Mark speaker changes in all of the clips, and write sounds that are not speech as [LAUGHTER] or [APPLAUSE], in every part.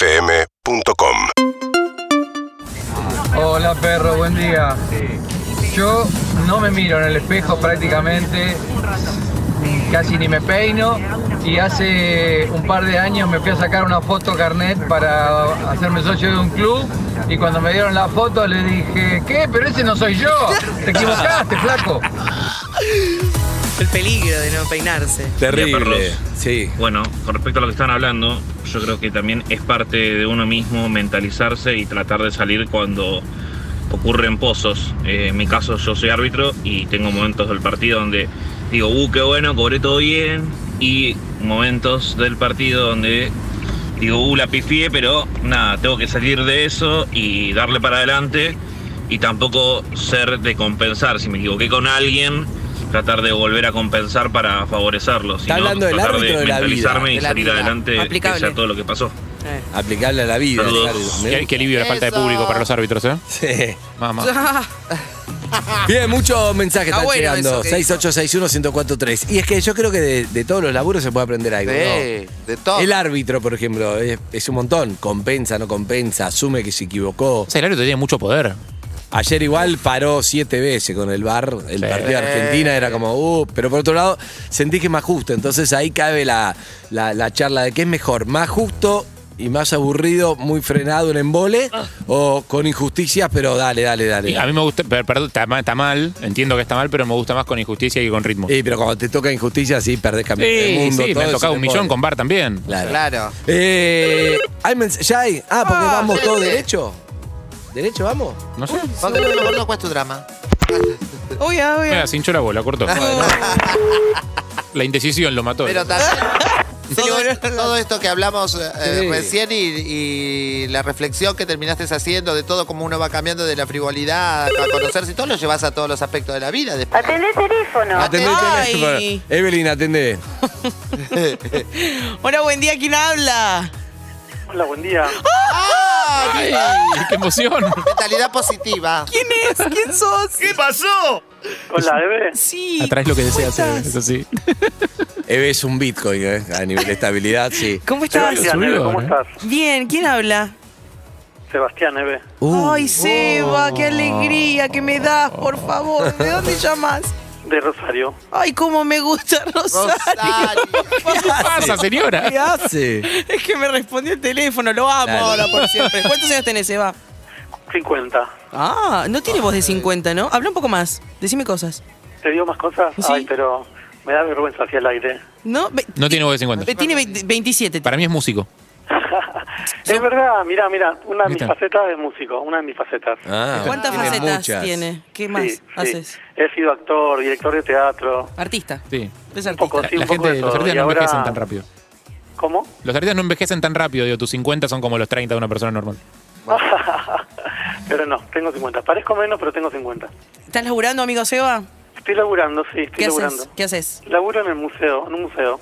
Speaker 1: UrbanaPlayFM.com
Speaker 2: Hola perro, buen día. Yo no me miro en el espejo prácticamente, casi ni me peino y hace un par de años me fui a sacar una foto carnet para hacerme socio de un club y cuando me dieron la foto le dije, ¿qué? Pero ese no soy yo, te equivocaste, flaco.
Speaker 3: El peligro de no peinarse.
Speaker 4: Terrible.
Speaker 5: perros.
Speaker 4: Sí.
Speaker 5: Bueno, con respecto a lo que están hablando, yo creo que también es parte de uno mismo mentalizarse y tratar de salir cuando ocurren pozos. Eh, en mi caso, yo soy árbitro y tengo momentos del partido donde digo, uh, qué bueno, cobré todo bien. Y momentos del partido donde digo, uh, la pifié, pero nada, tengo que salir de eso y darle para adelante y tampoco ser de compensar. Si me equivoqué con alguien, tratar de volver a compensar para favorecerlos.
Speaker 4: Está hablando del
Speaker 5: tratar
Speaker 4: árbitro de la vida,
Speaker 5: mentalizarme y
Speaker 3: de la
Speaker 5: salir
Speaker 3: vida.
Speaker 5: adelante
Speaker 3: Aplicable.
Speaker 5: pese a todo lo que pasó.
Speaker 3: Eh.
Speaker 4: Aplicable a la vida.
Speaker 5: Saludos.
Speaker 4: Ricardo, ¿eh?
Speaker 6: Qué, qué alivio la falta de
Speaker 7: Eso.
Speaker 6: público para los árbitros, ¿eh?
Speaker 4: Sí.
Speaker 6: Mamá.
Speaker 3: Ah.
Speaker 4: Bien, muchos mensajes
Speaker 3: Está
Speaker 4: están
Speaker 3: bueno eso
Speaker 4: llegando.
Speaker 3: que
Speaker 4: 6861-1043. Y es que yo creo que de, de todos los laburos se puede aprender algo. ¿no?
Speaker 7: Sí, de todo.
Speaker 4: El árbitro, por ejemplo, es, es un montón. Compensa, no compensa, asume que se equivocó.
Speaker 6: O sea, el árbitro tiene mucho poder.
Speaker 4: Ayer igual paró siete veces con el bar. El
Speaker 6: Sí.
Speaker 4: partido de Argentina era como, uh, pero por otro lado, sentí que es más justo. Entonces ahí cabe la, la- la charla de qué es mejor, más justo y más aburrido, muy frenado en embole, o con injusticias, pero dale, dale, dale.
Speaker 6: Ah. Y a mí me gusta, per- perdón, está, ma- está mal, entiendo que está mal, pero me gusta más con injusticia que con ritmo.
Speaker 4: Sí, pero cuando te toca injusticia, sí, perdés campeón del
Speaker 6: Sí,
Speaker 4: mundo.
Speaker 6: sí, me
Speaker 4: todo
Speaker 6: han
Speaker 4: eso
Speaker 6: tocado
Speaker 4: te
Speaker 6: un millón
Speaker 4: pone.
Speaker 6: con bar también.
Speaker 4: Claro.
Speaker 7: Claro.
Speaker 4: Eh, hay mens- ya hay. Ah, porque
Speaker 7: Ah,
Speaker 4: vamos
Speaker 7: sí,
Speaker 4: todos
Speaker 7: sí.
Speaker 4: derecho. ¿Derecho vamos?
Speaker 6: No sé.
Speaker 7: Vamos a ver, ¿cuál es pues, tu drama?
Speaker 3: Obvio, obvio.
Speaker 6: Mira, se hinchó la bola, cortó. La indecisión lo mató.
Speaker 7: Ah, Pero también. Todo, todo esto que hablamos eh,
Speaker 4: Sí.
Speaker 7: recién y, y la reflexión que terminaste haciendo de todo cómo uno va cambiando de la frivolidad a conocerse y todo lo llevas a todos los aspectos de la vida. Después.
Speaker 8: Atendé el teléfono.
Speaker 4: Atendé el
Speaker 3: Ay.
Speaker 4: teléfono. Evelyn, atendé.
Speaker 3: Hola, buen día, ¿quién habla?
Speaker 9: Hola, buen día.
Speaker 7: ¡Ah!
Speaker 6: Ay, ¡Qué emoción!
Speaker 7: Mentalidad positiva.
Speaker 3: ¿Quién es? ¿Quién sos?
Speaker 9: Hola, Eve.
Speaker 3: Sí.
Speaker 6: Atraes lo que deseas,
Speaker 3: ¿Cómo
Speaker 6: eh,
Speaker 3: estás?
Speaker 6: eso sí.
Speaker 4: Eve es un Bitcoin, ¿eh? A nivel de estabilidad, sí.
Speaker 3: ¿Cómo estás?
Speaker 9: Sebastián, Eve, ¿cómo
Speaker 6: ¿eh?
Speaker 9: estás?
Speaker 3: Bien, ¿quién habla?
Speaker 9: Sebastián, Eve.
Speaker 4: Uh.
Speaker 3: Ay, Seba, qué
Speaker 6: Oh.
Speaker 3: alegría que me das, por favor.
Speaker 6: [LAUGHS]
Speaker 3: ¿De dónde llamas?
Speaker 9: De Rosario.
Speaker 3: Ay, cómo me gusta [LAUGHS] Rosario.
Speaker 7: Rosario.
Speaker 6: ¿Qué pasa, señora?
Speaker 4: ¿Qué hace?
Speaker 3: [LAUGHS] Es que me respondió el teléfono, lo amo
Speaker 4: Claro.
Speaker 3: ahora por siempre. ¿Cuántos años tenés, Eva?
Speaker 9: 50.
Speaker 3: Ah, no tiene voz de 50, ¿no? Habla un poco más, decime cosas.
Speaker 9: ¿Te digo más cosas?
Speaker 3: Sí.
Speaker 9: Ay, pero me da vergüenza hacia el aire.
Speaker 3: ¿No? Ve-
Speaker 6: No tiene voz de 50.
Speaker 3: ve- Eh, tiene veinte- 27.
Speaker 6: Para mí es músico.
Speaker 9: Es verdad, mira, mira, una de mis
Speaker 6: Mirá.
Speaker 9: facetas es músico, una de mis facetas.
Speaker 4: Ah,
Speaker 3: ¿Cuántas
Speaker 4: tiene
Speaker 3: facetas
Speaker 4: muchas.
Speaker 3: tiene? ¿Qué
Speaker 9: Sí,
Speaker 3: más
Speaker 9: sí.
Speaker 3: haces?
Speaker 9: He sido actor, director de teatro.
Speaker 3: Artista.
Speaker 6: Sí.
Speaker 3: Es
Speaker 9: Un poco,
Speaker 3: artista.
Speaker 9: sí,
Speaker 6: La
Speaker 9: un poco
Speaker 6: gente,
Speaker 9: de
Speaker 6: los
Speaker 9: todo.
Speaker 6: artistas
Speaker 9: Y
Speaker 6: no
Speaker 9: ahora-
Speaker 6: envejecen tan rápido.
Speaker 9: ¿Cómo?
Speaker 6: Los artistas no envejecen tan rápido, digo, tus 50 son como los 30 de una persona normal.
Speaker 9: [LAUGHS] pero no, tengo 50. Parezco menos, pero tengo 50.
Speaker 3: ¿Estás laburando, amigo Seba?
Speaker 9: Estoy laburando, sí, estoy
Speaker 3: ¿Qué
Speaker 9: laburando.
Speaker 3: haces? ¿Qué haces?
Speaker 9: Laburo en el museo, en un museo.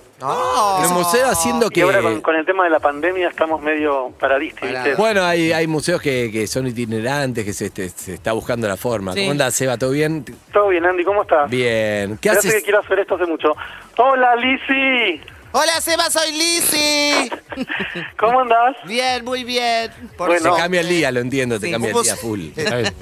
Speaker 4: En el museo Ah. haciendo
Speaker 9: Y
Speaker 4: que...
Speaker 9: ahora con, con el tema de la pandemia estamos medio paradistas, ¿viste?
Speaker 4: Bueno, hay, hay museos que, que son itinerantes, que se, este, se está buscando la forma.
Speaker 3: Sí.
Speaker 4: ¿Cómo andás, Seba? ¿Todo bien?
Speaker 9: Todo bien, Andy, ¿cómo estás?
Speaker 4: Bien. ¿Qué
Speaker 9: Pero sé que
Speaker 4: haces?
Speaker 9: quiero hacer esto hace mucho. Hola, Lizzy.
Speaker 7: Hola, Seba, soy Lizzy.
Speaker 9: ¿Cómo andás?
Speaker 7: Bien, muy bien. Por
Speaker 9: Bueno,
Speaker 4: Se
Speaker 7: suerte.
Speaker 4: cambia el día, lo entiendo, te
Speaker 7: Sí,
Speaker 4: cambia el
Speaker 7: vos-
Speaker 4: día full.
Speaker 6: ¿sabes?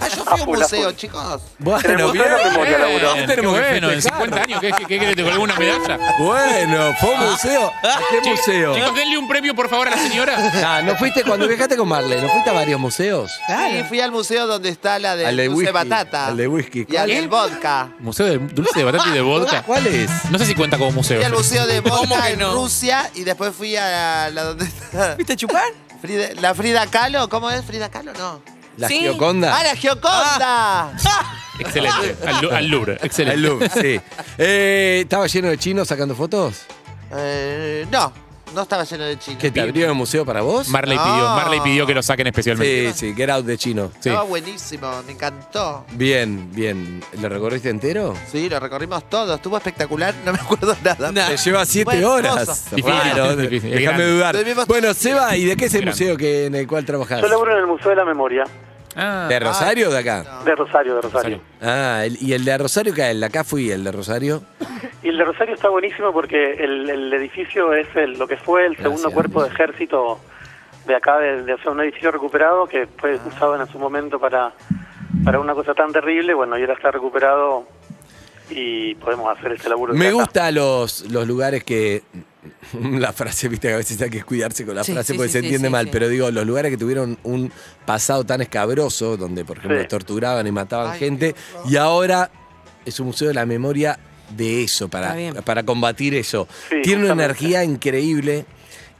Speaker 7: Ah, yo fui a
Speaker 9: A
Speaker 7: un
Speaker 9: full, a
Speaker 7: museo,
Speaker 9: full.
Speaker 7: chicos.
Speaker 4: Bueno,
Speaker 9: Tenemos
Speaker 4: bien.
Speaker 9: buena
Speaker 6: Eh,
Speaker 9: memoria, laburó.
Speaker 6: Bien, qué
Speaker 4: Tenemos que
Speaker 6: bueno, en
Speaker 4: festejar.
Speaker 6: 50 años, ¿qué, qué, qué querés? ¿Te colgó una medalla?
Speaker 4: Bueno, fue un museo. ¿A qué museo?
Speaker 6: Chicos, denle un premio, por favor, a la señora.
Speaker 4: Ah, ¿no fuiste cuando viajaste con Marley? ¿No fuiste a varios museos?
Speaker 7: Sí, fui al museo donde está la de
Speaker 4: Al de
Speaker 7: dulce
Speaker 4: whisky,
Speaker 7: batata.
Speaker 4: al de whisky.
Speaker 7: Y al
Speaker 4: ¿Cuál?
Speaker 7: del vodka.
Speaker 6: Museo de dulce de batata y de vodka.
Speaker 4: ¿Cuál es?
Speaker 6: No sé si cuenta como museo.
Speaker 7: Fui al museo de
Speaker 3: ¿Cómo
Speaker 7: vodka
Speaker 3: que
Speaker 7: en
Speaker 3: no?
Speaker 7: Rusia y después fui a la donde está
Speaker 3: ¿Viste a
Speaker 9: [LAUGHS]
Speaker 3: chupar?
Speaker 7: Frida- la Frida Kahlo. ¿Cómo es Frida Kahlo? No.
Speaker 4: ¿La
Speaker 3: Sí.
Speaker 4: Gioconda?
Speaker 7: ¡Ah, la Gioconda!
Speaker 4: Ah.
Speaker 6: Excelente. Al, Lu- al Louvre. Excelente.
Speaker 4: El Louvre, sí. Eh, ¿Estaba lleno de chinos sacando fotos?
Speaker 7: Eh, no, no estaba lleno de chinos.
Speaker 4: ¿Que te abrieron el museo para vos?
Speaker 6: Marley pidió,
Speaker 7: Ah.
Speaker 6: Marley pidió que lo saquen especialmente.
Speaker 4: sí, sí, get out de chino.
Speaker 6: Sí.
Speaker 7: Estaba buenísimo, me encantó.
Speaker 4: Bien, bien. ¿Lo recorriste entero?
Speaker 7: Sí, lo recorrimos todo, estuvo espectacular, no me acuerdo nada.
Speaker 4: Te lleva siete
Speaker 7: Fue
Speaker 4: horas.
Speaker 7: hermoso.
Speaker 6: Difícil,
Speaker 4: Raro,
Speaker 6: difícil, es
Speaker 4: déjame
Speaker 6: grande.
Speaker 4: dudar.
Speaker 7: Debemos-
Speaker 4: Bueno, Seba, ¿y de qué es el
Speaker 6: Grande.
Speaker 4: museo que, en el cual trabajás?
Speaker 9: Yo laburo en el Museo de la Memoria,
Speaker 6: Ah,
Speaker 4: ¿De Rosario o de acá?
Speaker 7: No.
Speaker 9: de Rosario, de Rosario.
Speaker 6: salió.
Speaker 4: Ah, el- ¿y el de Rosario qué? El de acá fui, el de Rosario.
Speaker 9: Y el de Rosario está buenísimo porque el, el edificio es el- lo que fue el segundo
Speaker 4: Gracias.
Speaker 9: cuerpo de ejército de acá, de, de- o sea, un edificio recuperado que fue
Speaker 4: Ah.
Speaker 9: usado en su momento para, para una cosa tan terrible. Bueno, y ahora está recuperado y podemos hacer este laburo.
Speaker 4: Me
Speaker 9: desde acá.
Speaker 4: gustan los, los lugares que. [LAUGHS] La frase, viste, que a veces hay que cuidarse con la
Speaker 3: Sí,
Speaker 4: frase
Speaker 3: sí,
Speaker 4: porque
Speaker 3: sí,
Speaker 4: se
Speaker 3: sí,
Speaker 4: entiende
Speaker 3: sí,
Speaker 4: mal,
Speaker 3: sí.
Speaker 4: pero digo, los lugares que tuvieron un pasado tan escabroso, donde, por ejemplo,
Speaker 9: Sí.
Speaker 4: torturaban y mataban
Speaker 7: Ay,
Speaker 4: gente, y ahora es un museo de la memoria de eso, para,
Speaker 3: Está bien.
Speaker 4: para combatir eso.
Speaker 9: Sí,
Speaker 4: Tiene una
Speaker 9: justamente.
Speaker 4: energía increíble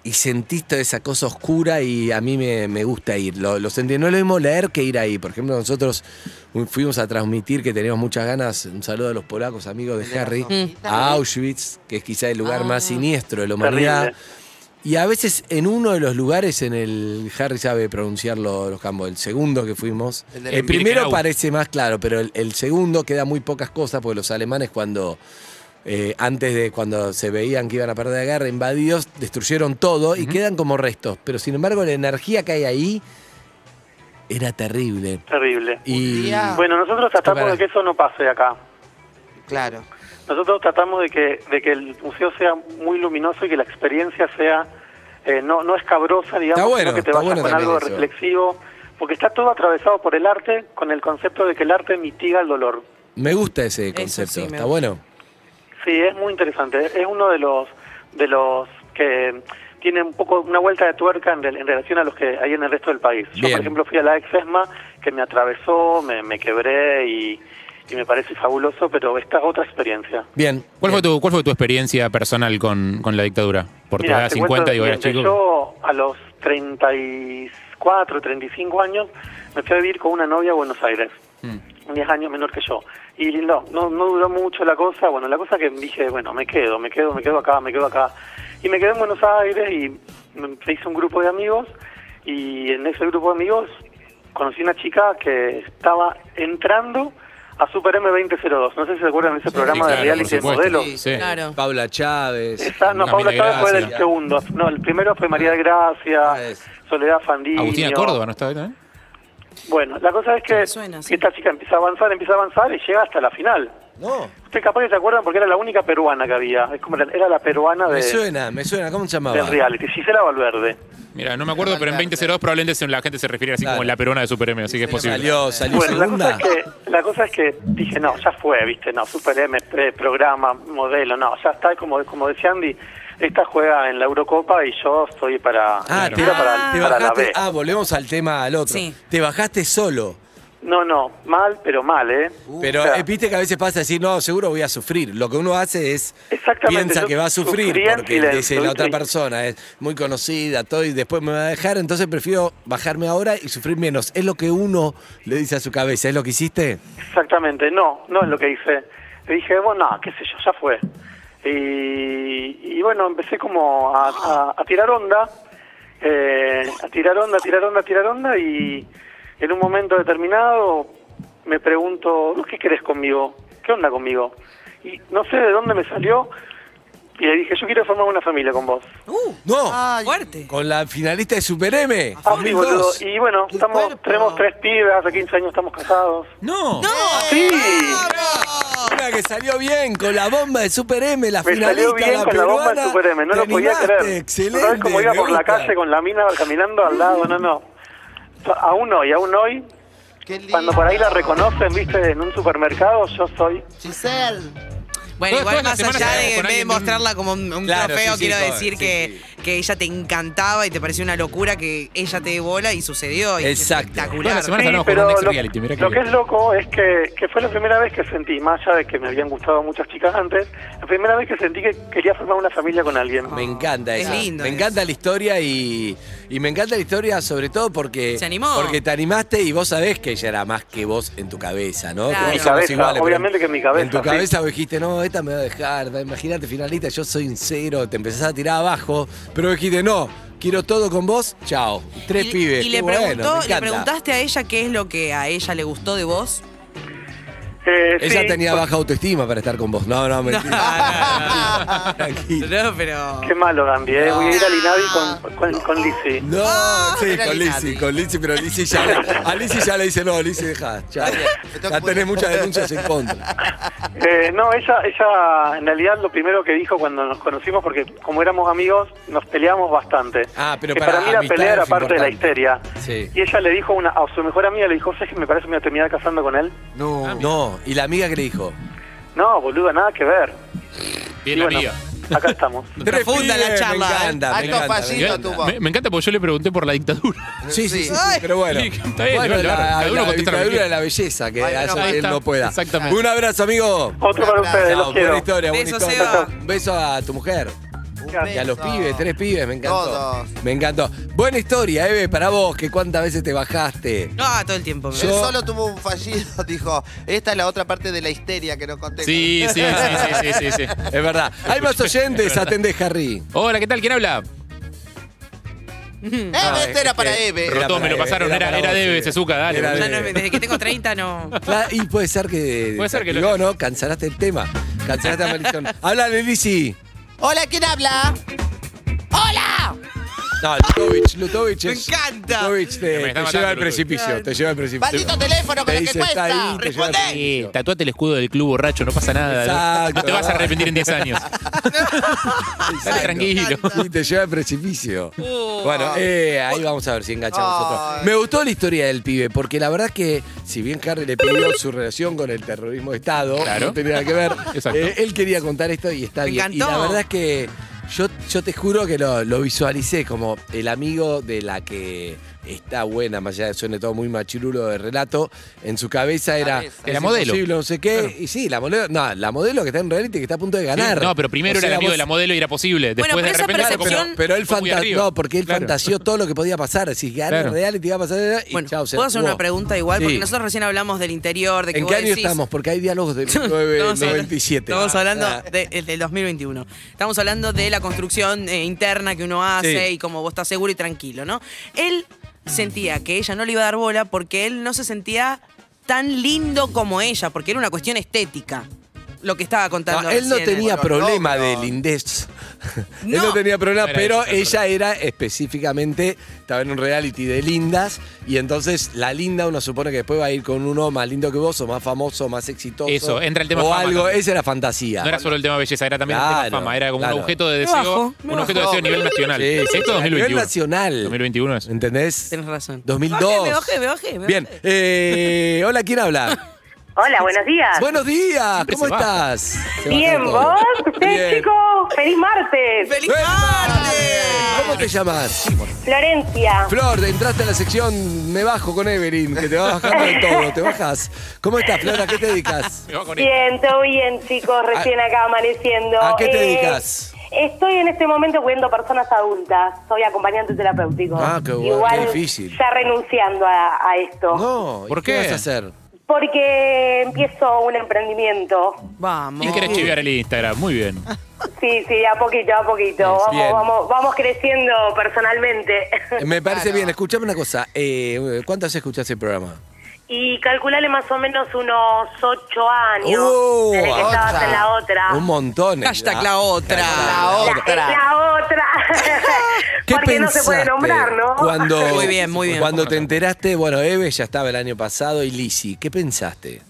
Speaker 4: y sentís toda esa cosa oscura y a mí me, me gusta ir. Lo, lo sentí, no es lo mismo leer que ir ahí. Por ejemplo, nosotros fu- fuimos a transmitir que teníamos muchas ganas, un saludo a los polacos, amigos de Harry, a Auschwitz, que es quizá el lugar más
Speaker 3: Ah.
Speaker 4: siniestro de la humanidad.
Speaker 9: Terrible.
Speaker 4: Y a veces en uno de los lugares, en el Harry sabe pronunciar lo- los campos, el segundo que fuimos,
Speaker 7: El
Speaker 4: el,
Speaker 7: del
Speaker 4: primero
Speaker 6: Birkenau.
Speaker 4: parece más claro, pero el, el segundo queda muy pocas cosas, porque los alemanes cuando, eh, antes de cuando se veían que iban a perder la guerra, invadidos, destruyeron todo y quedan como restos. Pero sin embargo la energía que hay ahí era terrible.
Speaker 9: Terrible.
Speaker 4: Y
Speaker 7: día-
Speaker 9: Bueno, nosotros tratamos
Speaker 4: Pará.
Speaker 9: de que eso no pase acá.
Speaker 7: Claro.
Speaker 9: Nosotros tratamos de que, de que el museo sea muy luminoso y que la experiencia sea eh, no, no escabrosa, digamos,
Speaker 4: Está bueno,
Speaker 9: sino que te
Speaker 4: está
Speaker 9: vayas
Speaker 4: bueno
Speaker 9: con
Speaker 4: también
Speaker 9: algo
Speaker 4: eso.
Speaker 9: reflexivo, porque está todo atravesado por el arte, con el concepto de que el arte mitiga el dolor.
Speaker 4: me gusta ese
Speaker 3: Eso
Speaker 4: concepto,
Speaker 3: sí, me
Speaker 4: está
Speaker 3: gusta.
Speaker 4: bueno.
Speaker 9: Sí, es muy interesante. Es uno de los de los que tiene un poco una vuelta de tuerca en, rel- en relación a los que hay en el resto del país. Yo,
Speaker 4: Bien.
Speaker 9: por ejemplo, fui a la ex-ESMA, que me atravesó, me, me quebré y, y me parece fabuloso, pero esta es otra experiencia.
Speaker 4: Bien.
Speaker 6: ¿Cuál fue, tu, ¿Cuál fue tu experiencia personal con, con la dictadura? Por tu
Speaker 9: Mira,
Speaker 6: edad
Speaker 9: te
Speaker 6: 50,
Speaker 9: cuento lo
Speaker 6: digo, eras
Speaker 9: siguiente.
Speaker 6: chico.
Speaker 9: Yo a los 34, 35 años me fui a vivir con una novia a Buenos Aires,
Speaker 6: Mm.
Speaker 9: 10 años menor que yo. Y no, no, no duró mucho la cosa, bueno, la cosa que dije, bueno, me quedo, me quedo, me quedo acá, me quedo acá. Y me quedé en Buenos Aires y me me hice un grupo de amigos y en ese grupo de amigos conocí una chica que estaba entrando a Super M2002. No sé si se acuerdan de ese programa
Speaker 6: claro,
Speaker 9: de
Speaker 6: por
Speaker 9: reality de
Speaker 6: supuesto.
Speaker 9: modelos.
Speaker 6: Sí.
Speaker 3: Claro.
Speaker 4: Paula Chávez.
Speaker 9: Esa, no,
Speaker 6: Una
Speaker 9: Paula
Speaker 6: Mina de
Speaker 9: Chávez fue del
Speaker 6: Gracia.
Speaker 9: segundo. No, el primero fue María de Gracia,
Speaker 4: Ah, es.
Speaker 9: Soledad Fandini.
Speaker 6: Agustina Córdoba, ¿no eh? estaba ahí también?
Speaker 9: Bueno, la cosa es que
Speaker 3: Me suena, sí.
Speaker 9: esta chica empieza a avanzar, empieza a avanzar y llega hasta la final.
Speaker 4: No,
Speaker 9: Ustedes capaz que se acuerdan porque era la única peruana que había. Es como la- era la peruana
Speaker 4: me
Speaker 9: de,
Speaker 4: suena, me suena, ¿cómo se llamaba?
Speaker 9: del reality, Gisela Valverde.
Speaker 6: Mira, no me acuerdo, pero en 2002 probablemente se- la gente se refiere así
Speaker 4: Claro.
Speaker 6: como la perona de Super M, así que es posible.
Speaker 4: Salió, salió
Speaker 9: Bueno, la cosa,
Speaker 4: segunda.
Speaker 9: es que, la cosa es que dije, no, ya fue, viste, no, Super M, pre- programa, modelo, no, ya está, como, como decía Andy, esta juega en la Eurocopa y yo estoy para,
Speaker 4: Ah, te,
Speaker 9: era para,
Speaker 4: te
Speaker 9: para la
Speaker 4: bajaste.
Speaker 9: B.
Speaker 4: Ah, volvemos al tema al otro.
Speaker 3: Sí.
Speaker 4: Te bajaste solo.
Speaker 9: No, no, mal, pero mal, ¿eh?
Speaker 3: Uh.
Speaker 4: Pero
Speaker 9: O sea,
Speaker 4: eh, viste que a veces pasa decir, no, seguro voy a sufrir. Lo que uno hace es
Speaker 9: Exactamente,
Speaker 4: piensa
Speaker 9: yo
Speaker 4: que va a sufrir
Speaker 9: sufrí en
Speaker 4: porque
Speaker 9: silencio,
Speaker 4: dice la otra
Speaker 9: ¿viste?
Speaker 4: persona es muy conocida, todo y después me va a dejar, entonces prefiero bajarme ahora y sufrir menos. Es lo que uno le dice a su cabeza, ¿es lo que hiciste?
Speaker 9: Exactamente, no, no es lo que hice. Le dije, bueno, no, qué sé yo, ya fue. Y, y bueno, empecé como a, a- a tirar onda, eh, a tirar onda, a tirar onda, a tirar onda y en un momento determinado me pregunto, ¿vos qué querés conmigo? ¿Qué onda conmigo? Y no sé de dónde me salió y le dije, yo quiero formar una familia con vos.
Speaker 3: Uh,
Speaker 4: No,
Speaker 3: fuerte.
Speaker 4: con la finalista de Super M.
Speaker 9: Ah, sí,
Speaker 4: Fueron
Speaker 9: boludo.
Speaker 4: dos.
Speaker 9: Y bueno, estamos, tenemos tres pibes, hace 15 años estamos casados.
Speaker 6: No.
Speaker 9: Sí,
Speaker 4: Una que salió bien con la bomba de Super M, la
Speaker 9: me
Speaker 4: finalista.
Speaker 9: salió bien
Speaker 4: la
Speaker 9: con la bomba de
Speaker 4: peruana.
Speaker 9: Super M, no
Speaker 4: Te
Speaker 9: lo podía
Speaker 4: animaste,
Speaker 9: creer.
Speaker 4: Excelente.
Speaker 9: ¿Sabes cómo iba
Speaker 4: me
Speaker 9: por la
Speaker 4: gusta.
Speaker 9: calle con la mina caminando al lado? No, no. Aún hoy, aún hoy,
Speaker 7: Qué lindo.
Speaker 9: cuando por ahí la reconocen, viste, en un supermercado, yo soy...
Speaker 7: Giselle.
Speaker 3: Bueno,
Speaker 6: Todas-
Speaker 3: igual
Speaker 6: todas las
Speaker 3: más
Speaker 6: semanas
Speaker 3: allá
Speaker 6: hablamos
Speaker 3: de
Speaker 6: con
Speaker 3: en vez de
Speaker 6: alguien de un-
Speaker 3: mostrarla como un, un
Speaker 4: Claro,
Speaker 3: trofeo,
Speaker 4: sí, sí,
Speaker 3: quiero
Speaker 4: joven,
Speaker 3: decir
Speaker 4: sí,
Speaker 3: que, que ella te encantaba y te pareció una locura que ella te dé bola y sucedió. Y es
Speaker 4: Exacto.
Speaker 6: Todas
Speaker 3: Espectacular.
Speaker 6: las semanas
Speaker 9: Sí,
Speaker 6: hablamos con
Speaker 9: pero
Speaker 6: un ex
Speaker 9: lo,
Speaker 6: reality, mirá
Speaker 9: lo que
Speaker 6: que
Speaker 9: es loco es que, que fue la primera vez que sentí, más allá de que me habían gustado muchas chicas antes, la primera vez que sentí que quería formar una familia con alguien.
Speaker 4: Me encanta
Speaker 3: Es
Speaker 4: eso.
Speaker 3: lindo
Speaker 4: me
Speaker 3: eso.
Speaker 4: encanta la historia y, y me encanta la historia sobre todo porque
Speaker 3: Se animó.
Speaker 4: porque te animaste y vos sabés que ella era más que vos en tu cabeza, ¿no?
Speaker 3: Claro.
Speaker 4: Que vos
Speaker 3: Mi
Speaker 4: somos
Speaker 9: cabeza,
Speaker 4: pero
Speaker 9: obviamente que en mi cabeza,
Speaker 4: En tu
Speaker 9: sí.
Speaker 4: cabeza vos dijiste, no, esta me va a dejar, imagínate finalista, yo soy un cero, te empezás a tirar abajo, pero dijiste, no, quiero todo con vos, chao. Tres
Speaker 3: y,
Speaker 4: pibes.
Speaker 3: y
Speaker 4: qué
Speaker 3: le,
Speaker 4: bueno,
Speaker 3: preguntó-
Speaker 4: me
Speaker 3: le
Speaker 4: encanta.
Speaker 3: preguntaste a ella qué es lo que a ella le gustó de vos.
Speaker 9: Eh,
Speaker 4: Ella
Speaker 9: sí,
Speaker 4: tenía baja autoestima para estar con vos. No, no, mentira. Tranquilo.
Speaker 3: No, pero.
Speaker 9: Qué malo, Gambi, eh. Voy a ir al Inavi
Speaker 6: Ah.
Speaker 9: con, con, con Lizzy.
Speaker 4: No, sí,
Speaker 7: era
Speaker 4: con
Speaker 7: Linati.
Speaker 4: Lizzy, con Lizzy, pero Lizzy ya, le- a Lizzy ya le dice, no, Lizzy, deja, ya,
Speaker 7: Está
Speaker 4: ya
Speaker 7: como-
Speaker 4: tenés muchas denuncias en contra.
Speaker 9: Eh, no, ella, ella en realidad lo primero que dijo cuando nos conocimos, porque como éramos amigos, nos peleamos bastante.
Speaker 4: Ah, pero
Speaker 9: que
Speaker 4: para
Speaker 9: para, mí la
Speaker 4: amistad
Speaker 9: pelea era
Speaker 4: es
Speaker 9: parte de la
Speaker 4: importante.
Speaker 9: histeria.
Speaker 4: Sí.
Speaker 9: Y ella le dijo a una, a su mejor amiga, le dijo, ¿sabes que me parece que me voy a terminar casando con él?
Speaker 7: No.
Speaker 4: No, y la amiga que le dijo.
Speaker 9: No, boluda, nada que ver.
Speaker 6: Bien,
Speaker 9: Y bueno,
Speaker 6: amiga.
Speaker 9: acá estamos.
Speaker 4: Tres
Speaker 3: Profunda la
Speaker 4: pibes,
Speaker 3: charla, ¿eh?
Speaker 4: Me encanta, me
Speaker 7: Alto
Speaker 4: encanta, me
Speaker 7: fallido
Speaker 4: encanta.
Speaker 7: tuvo.
Speaker 6: Me, me encanta porque yo le pregunté por la
Speaker 4: [LAUGHS]
Speaker 6: dictadura.
Speaker 4: Sí, sí, sí, sí,
Speaker 3: Ay.
Speaker 4: pero bueno.
Speaker 6: Está bien,
Speaker 4: Bueno,
Speaker 6: igual,
Speaker 4: la,
Speaker 6: cada uno
Speaker 4: la
Speaker 6: contesta lo que
Speaker 4: dictadura
Speaker 6: quiere.
Speaker 4: de la belleza, que
Speaker 7: Bueno,
Speaker 4: a eso
Speaker 7: ahí
Speaker 4: él
Speaker 6: está.
Speaker 4: no pueda.
Speaker 6: Exactamente.
Speaker 4: Un abrazo, amigo.
Speaker 9: Otro para ustedes,
Speaker 4: Chao,
Speaker 9: los
Speaker 4: buena
Speaker 9: quiero.
Speaker 4: historia, buena
Speaker 3: Beso,
Speaker 4: historia.
Speaker 3: Seba.
Speaker 4: Un beso a tu mujer.
Speaker 9: Gracias.
Speaker 4: Y a los
Speaker 7: Beso.
Speaker 4: pibes, tres pibes, me encantó.
Speaker 7: Todos.
Speaker 4: Me encantó. Buena historia, Eve, para vos, que cuántas veces te bajaste.
Speaker 3: No, todo el tiempo.
Speaker 7: Él
Speaker 4: Yo-
Speaker 7: solo tuvo un fallido, [LAUGHS] dijo. Esta es la otra parte de la histeria que no conté.
Speaker 6: Sí, sí, sí, sí, sí, sí, sí.
Speaker 4: Es
Speaker 6: [LAUGHS]
Speaker 4: verdad. Hay más oyentes, atendé, Harry.
Speaker 6: Hola, ¿qué tal? ¿Quién habla?
Speaker 7: Eh,
Speaker 4: Ah,
Speaker 6: Ah,
Speaker 7: esta era para Eve.
Speaker 4: Era
Speaker 6: Todos
Speaker 4: para
Speaker 6: me lo
Speaker 4: Eve,
Speaker 6: pasaron,
Speaker 4: era
Speaker 6: era,
Speaker 4: para
Speaker 6: era
Speaker 4: vos,
Speaker 6: de
Speaker 4: Eve.
Speaker 6: Eve, Sezuka, dale.
Speaker 4: Era
Speaker 3: Ya
Speaker 4: de-
Speaker 3: no- desde que tengo 30 no.
Speaker 4: Claro, y puede ser que.
Speaker 6: Puede ser que lo-
Speaker 4: no, no, cancelaste el tema. Cancelaste
Speaker 7: [LAUGHS]
Speaker 4: la maldición. Háblale, Lizzy.
Speaker 7: Hola, ¿quién habla? ¡Hola!
Speaker 4: No, Lutovic, Lutovic
Speaker 3: Me
Speaker 4: es-
Speaker 3: encanta.
Speaker 4: Lutovic te,
Speaker 6: Me está
Speaker 4: te
Speaker 6: matando,
Speaker 4: lleva al
Speaker 6: Lutovic.
Speaker 4: precipicio, te lleva al precipicio.
Speaker 7: ¡Maldito teléfono con
Speaker 4: Te
Speaker 7: lo que
Speaker 4: dice, está
Speaker 7: cuesta!
Speaker 4: ahí, te lleva-
Speaker 7: ¡Respondé!
Speaker 6: Eh, tatuate el escudo del club borracho, no pasa nada. ¿no?
Speaker 4: Exacto.
Speaker 6: No te vas a arrepentir en
Speaker 4: [LAUGHS]
Speaker 6: 10 años. Dale
Speaker 4: Exacto.
Speaker 6: tranquilo.
Speaker 4: [LAUGHS] Y te lleva al
Speaker 6: [LAUGHS]
Speaker 4: precipicio.
Speaker 6: Uh.
Speaker 4: Bueno, eh, ahí vamos a ver si enganchamos otro.
Speaker 7: Ay.
Speaker 4: Me gustó la historia del pibe, porque la verdad que, si bien Harry le pidió su relación con el terrorismo de Estado,
Speaker 6: Claro.
Speaker 4: no tenía nada que ver,
Speaker 6: Exacto.
Speaker 4: eh, él quería contar esto y está
Speaker 3: Me
Speaker 4: bien. Y la
Speaker 3: encantó.
Speaker 4: verdad es que yo, yo te juro que lo, lo visualicé como el amigo de la que está buena, más allá de que suene todo muy machirulo de relato, en su cabeza era...
Speaker 7: Cabeza.
Speaker 4: es
Speaker 6: La modelo.
Speaker 4: imposible, no sé qué. Y sí, la modelo, no, la modelo que está en reality, que está a punto de ganar.
Speaker 6: No, pero primero
Speaker 4: O sea,
Speaker 6: era el amigo
Speaker 4: vos-
Speaker 6: de la modelo y era posible. Después
Speaker 3: Bueno, pero
Speaker 6: de
Speaker 3: esa
Speaker 6: repente
Speaker 4: Claro,
Speaker 6: como-
Speaker 4: pero,
Speaker 3: percepción-
Speaker 4: pero él
Speaker 6: fue muy
Speaker 4: fantaseó.
Speaker 6: arriba.
Speaker 4: No, porque él
Speaker 6: Claro.
Speaker 4: fantaseó todo lo que podía pasar. Si gana
Speaker 6: Claro.
Speaker 4: el reality, va a pasar. [LAUGHS] Y
Speaker 3: Bueno,
Speaker 4: chao, se
Speaker 3: ¿puedo hacer
Speaker 4: jugó.
Speaker 3: una pregunta igual? Porque
Speaker 4: Sí.
Speaker 3: nosotros recién hablamos del interior, de que
Speaker 4: ¿En
Speaker 3: vos
Speaker 4: qué año
Speaker 3: decís-
Speaker 4: estamos? Eh, Porque hay diálogos
Speaker 3: [LAUGHS]
Speaker 4: de
Speaker 3: Estamos hablando-
Speaker 4: 1997.
Speaker 3: Estamos hablando
Speaker 4: Ah,
Speaker 3: de- el del 2021. Estamos hablando de la construcción eh, interna que uno hace
Speaker 4: Sí.
Speaker 3: y como vos estás seguro y tranquilo, ¿no? Él sentía que ella no le iba a dar bola porque él no se sentía tan lindo como ella, porque era una cuestión estética lo que estaba contando.
Speaker 4: no, él no
Speaker 3: recién. ¿eh?
Speaker 4: tenía
Speaker 7: Bueno,
Speaker 4: problema
Speaker 7: no,
Speaker 4: de
Speaker 7: no.
Speaker 3: [LAUGHS]
Speaker 4: lindez. él
Speaker 3: No.
Speaker 4: no tenía problema,
Speaker 6: No era
Speaker 4: pero
Speaker 6: eso,
Speaker 4: ella era específicamente, estaba en un reality de lindas, y entonces la linda uno supone que después va a ir con uno más lindo que vos, o más famoso, más exitoso.
Speaker 6: Eso, entra el tema
Speaker 4: O
Speaker 6: fama
Speaker 4: algo,
Speaker 6: también.
Speaker 4: esa era fantasía.
Speaker 6: No era solo el tema belleza, era también el
Speaker 4: Claro,
Speaker 6: tema fama, era como
Speaker 4: claro.
Speaker 6: un objeto de
Speaker 3: Me
Speaker 6: deseo,
Speaker 3: bajo, me
Speaker 6: un objeto de
Speaker 7: bajo.
Speaker 6: deseo a nivel nacional.
Speaker 4: Sí, sí, sí,
Speaker 6: Esto
Speaker 4: a nivel
Speaker 6: 2021.
Speaker 4: nacional.
Speaker 6: 2021 es.
Speaker 4: ¿Entendés?
Speaker 3: Tenés razón.
Speaker 4: 2002.
Speaker 3: Me bajé, me bajé, me
Speaker 4: Bien.
Speaker 3: bajé.
Speaker 4: eh, hola, ¿quién habla?
Speaker 8: [LAUGHS] Hola, buenos días.
Speaker 4: Buenos días,
Speaker 6: Siempre
Speaker 4: ¿cómo
Speaker 6: se baja.
Speaker 4: estás? Se
Speaker 8: Bien,
Speaker 4: baja todo.
Speaker 8: vos, ustedes
Speaker 4: Bien.
Speaker 8: chicos, feliz martes.
Speaker 3: ¡Feliz
Speaker 4: ¡Feliz
Speaker 3: martes!
Speaker 4: ¿Cómo te llamas?
Speaker 8: Florencia.
Speaker 4: Flor, entraste a la sección Me Bajo con Evelyn, que te va bajando de todo, te bajas. ¿Cómo estás, Flor? ¿A qué te dedicas?
Speaker 6: Me va con esto.
Speaker 8: Bien, todo bien, chicos, recién eh, acá amaneciendo.
Speaker 4: ¿A qué te dedicas?
Speaker 8: Estoy en este momento cuidando personas adultas. Soy acompañante terapéutico.
Speaker 4: Ah, qué bueno,
Speaker 8: Igual,
Speaker 4: qué difícil.
Speaker 8: Ya renunciando a, a esto.
Speaker 4: No, ¿y
Speaker 6: ¿Por
Speaker 4: ¿qué
Speaker 6: qué?
Speaker 4: vas a hacer?
Speaker 8: Porque empiezo un emprendimiento.
Speaker 3: Vamos.
Speaker 6: Y querés chiviar el Instagram, muy bien.
Speaker 8: Sí, sí, a poquito, a poquito.
Speaker 4: Bien.
Speaker 8: Vamos, vamos, vamos creciendo personalmente.
Speaker 4: Eh, Me parece bien, escuchame una cosa. Eh, ¿Cuántas escuchás el programa?
Speaker 8: Y calculale más o menos unos ocho años
Speaker 4: ¡Oh!
Speaker 8: desde que estabas
Speaker 7: Otra.
Speaker 8: en la otra.
Speaker 4: Un montón. ¿eh?
Speaker 3: Hashtag la otra.
Speaker 4: La
Speaker 8: La- La otra. [LAUGHS]
Speaker 4: ¿Qué
Speaker 8: Porque no se puede
Speaker 4: pensaste
Speaker 8: nombrar, ¿no?
Speaker 4: Cuando, [LAUGHS]
Speaker 3: Muy bien, muy bien.
Speaker 4: Cuando te enteraste, bueno, Eve ya estaba el año pasado y Lisi, ¿qué pensaste?